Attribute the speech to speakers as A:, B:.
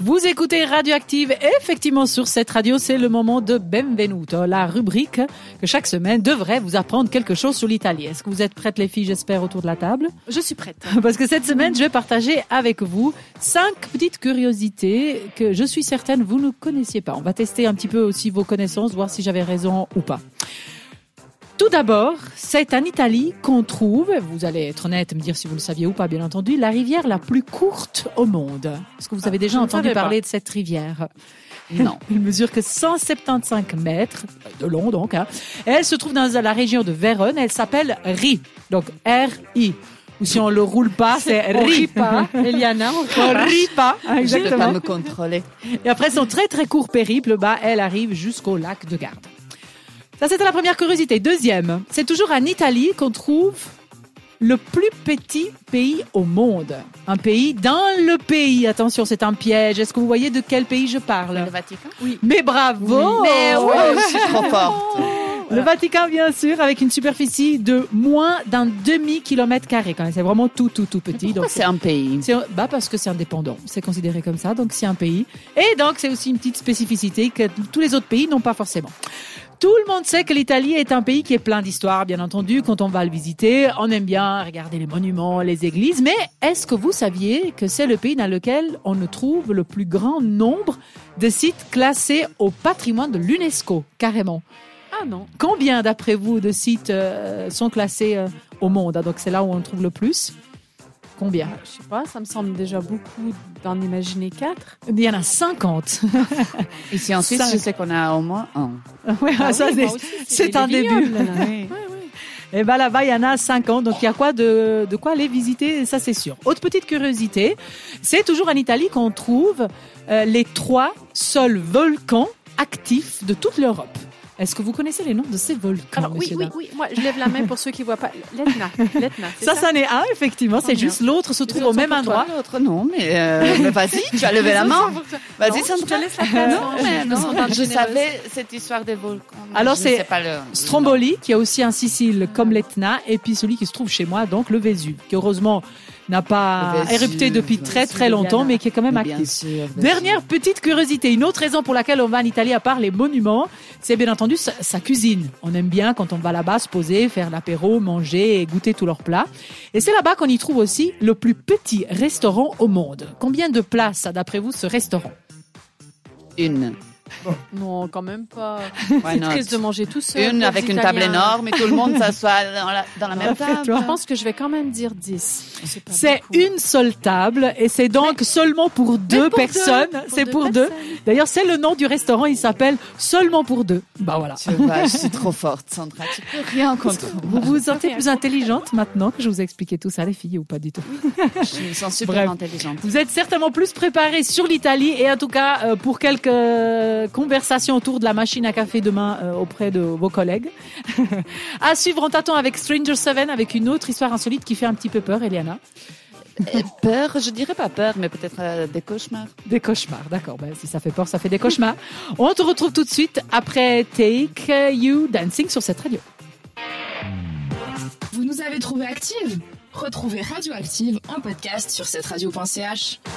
A: Vous écoutez Radioactive. Et effectivement, sur cette radio, c'est le moment de Benvenuto, la rubrique que chaque semaine devrait vous apprendre quelque chose sur l'Italie. Est-ce que vous êtes prêtes, les filles, j'espère, autour de la table
B: Je suis prête.
A: Parce que cette semaine, je vais partager avec vous cinq petites curiosités que je suis certaine vous ne connaissiez pas. On va tester un petit peu aussi vos connaissances, voir si j'avais raison ou pas. Tout d'abord, c'est en Italie qu'on trouve, vous allez être honnête, me dire si vous le saviez ou pas, bien entendu, la rivière la plus courte au monde. Est-ce que vous avez déjà
B: Ah, je ne
A: entendu
B: savais pas.
A: parler de cette rivière
B: Non.
A: Elle mesure que 175 mètres, de long donc. hein. Et elle se trouve dans la région de Vérone. Elle s'appelle Ri, donc R-I. Ou si on le roule pas, c'est
B: On rit
A: Ri.
B: pas, Eliana, on Ah,
A: On
B: rit pas.
A: rit pas, hein,
B: Je peux pas
A: exactement.
B: me contrôler.
A: Et après son très très court périple, bah, elle arrive jusqu'au lac de Garde. Ça, c'était la première curiosité. Deuxième, c'est toujours en Italie qu'on trouve le plus petit pays au monde. Un pays dans le pays. Attention, c'est un piège. Est-ce que vous voyez de quel pays je parle
C: Le Vatican
A: Mais bravo
B: Mais ouais,
C: Je suis trop forte.
A: Le Vatican, bien sûr, avec une superficie de moins d'un demi-kilomètre carré. Quand même, c'est vraiment tout, tout, tout petit. Donc,
B: Pourquoi c'est un pays
A: c'est- bah parce que c'est indépendant, c'est considéré comme ça, donc c'est un pays. Et donc c'est aussi une petite spécificité que tous les autres pays n'ont pas forcément. Tout le monde sait que l'Italie est un pays qui est plein d'histoires, bien entendu. Quand on va le visiter, on aime bien regarder les monuments, les églises. Mais est-ce que vous saviez que c'est le pays dans lequel on ne trouve le plus grand nombre de sites classés au patrimoine de l'UNESCO, carrément
B: Ah non.
A: Combien, d'après vous, de sites euh, sont classés euh, au monde hein Donc c'est là où on le trouve le plus. Combien
D: Je sais pas, ça me semble déjà beaucoup d'en imaginer quatre.
A: Il y en a 50.
B: Ici en Suisse,
A: Cinq.
B: je sais qu'on a au moins un.
A: Ah Ouais,
D: Ah
A: ça, c'est- c'est un début. Et ben là-bas, il y en a 50. Donc il y a quoi de, de quoi aller visiter, ça c'est sûr. Autre petite curiosité, c'est toujours en Italie qu'on trouve euh, les trois seuls volcans actifs de toute l'Europe. Est-ce que vous connaissez les noms de ces volcans
D: Alors oui,
A: monsieur
D: oui,
A: Dard
D: oui. Moi, je lève la main pour ceux qui voient pas. L'Etna, l'Etna. c'est
A: Ça, ça n'est un, effectivement. C'est
D: Oh,
A: juste l'autre se trouve au même endroit.
B: L'autre, non, mais, euh, mais vas-y, tu as levé la main. Vas-y,
D: Non, je te
B: Sandra.
D: laisse la place.
B: Non, mais
D: me
B: non,
D: sens pas
B: je
D: généreuse.
B: savais cette histoire des volcans. mais
A: Alors,
B: je
A: c'est
B: sais pas le-
A: Stromboli, qui est aussi en Sicile comme l'Etna, et puis celui qui se trouve chez moi, donc le Vésuve, qui heureusement n'a pas
B: Le Vésuve,
A: érupté depuis très très longtemps, mais qui est quand même
B: Mais bien
A: actif.
B: sûr, vas-y.
A: Dernière petite curiosité, une autre raison pour laquelle on va en Italie à part les monuments, c'est bien entendu sa, sa cuisine. On aime bien quand on va là-bas se poser, faire l'apéro, manger et goûter tous leurs plats. Et c'est là-bas qu'on y trouve aussi le plus petit restaurant au monde. Combien de places a d'après vous ce restaurant
B: Une.
D: Non, quand même pas.
B: Why
D: C'est
B: not?
D: triste de manger tout seul.
B: Une
D: pauvres
B: avec une
D: Italiens.
B: table énorme et tout le monde s'assoit dans la, dans la même table.
A: Fais-toi.
D: Je pense que je vais quand même dire 10. C'est pas
A: C'est
D: beaucoup.
A: une seule table et c'est donc seulement pour deux
D: pour
A: personnes.
D: deux, pour
A: C'est
D: deux
A: pour deux.
D: personnes.
A: D'ailleurs, c'est le nom du restaurant. Il s'appelle Seulement pour deux. Bah voilà.
B: Tu vois, je suis trop forte, Sandra. Tu peux rien contre
A: Vous
B: moi.
A: vous sentez plus intelligente maintenant que je vous ai expliqué tout ça, les filles, ou pas du tout
B: Je me sens super
A: Bref.
B: intelligente.
A: Vous êtes certainement plus préparés sur l'Italie et en tout cas euh, pour quelques euh, conversations autour de la machine à café demain euh, auprès de vos collègues. à suivre, on t'attend avec Stranger Seven, avec une autre histoire insolite qui fait un petit peu peur, Eliana.
B: Euh, Peur, je dirais pas peur, mais peut-être euh, des cauchemars.
A: Des cauchemars, d'accord. Ben, si ça fait peur, ça fait des cauchemars. on te retrouve tout de suite après Take You Dancing sur cette radio.
E: Vous nous avez trouvé active Retrouvez Radioactive en podcast sur cette radio.ch.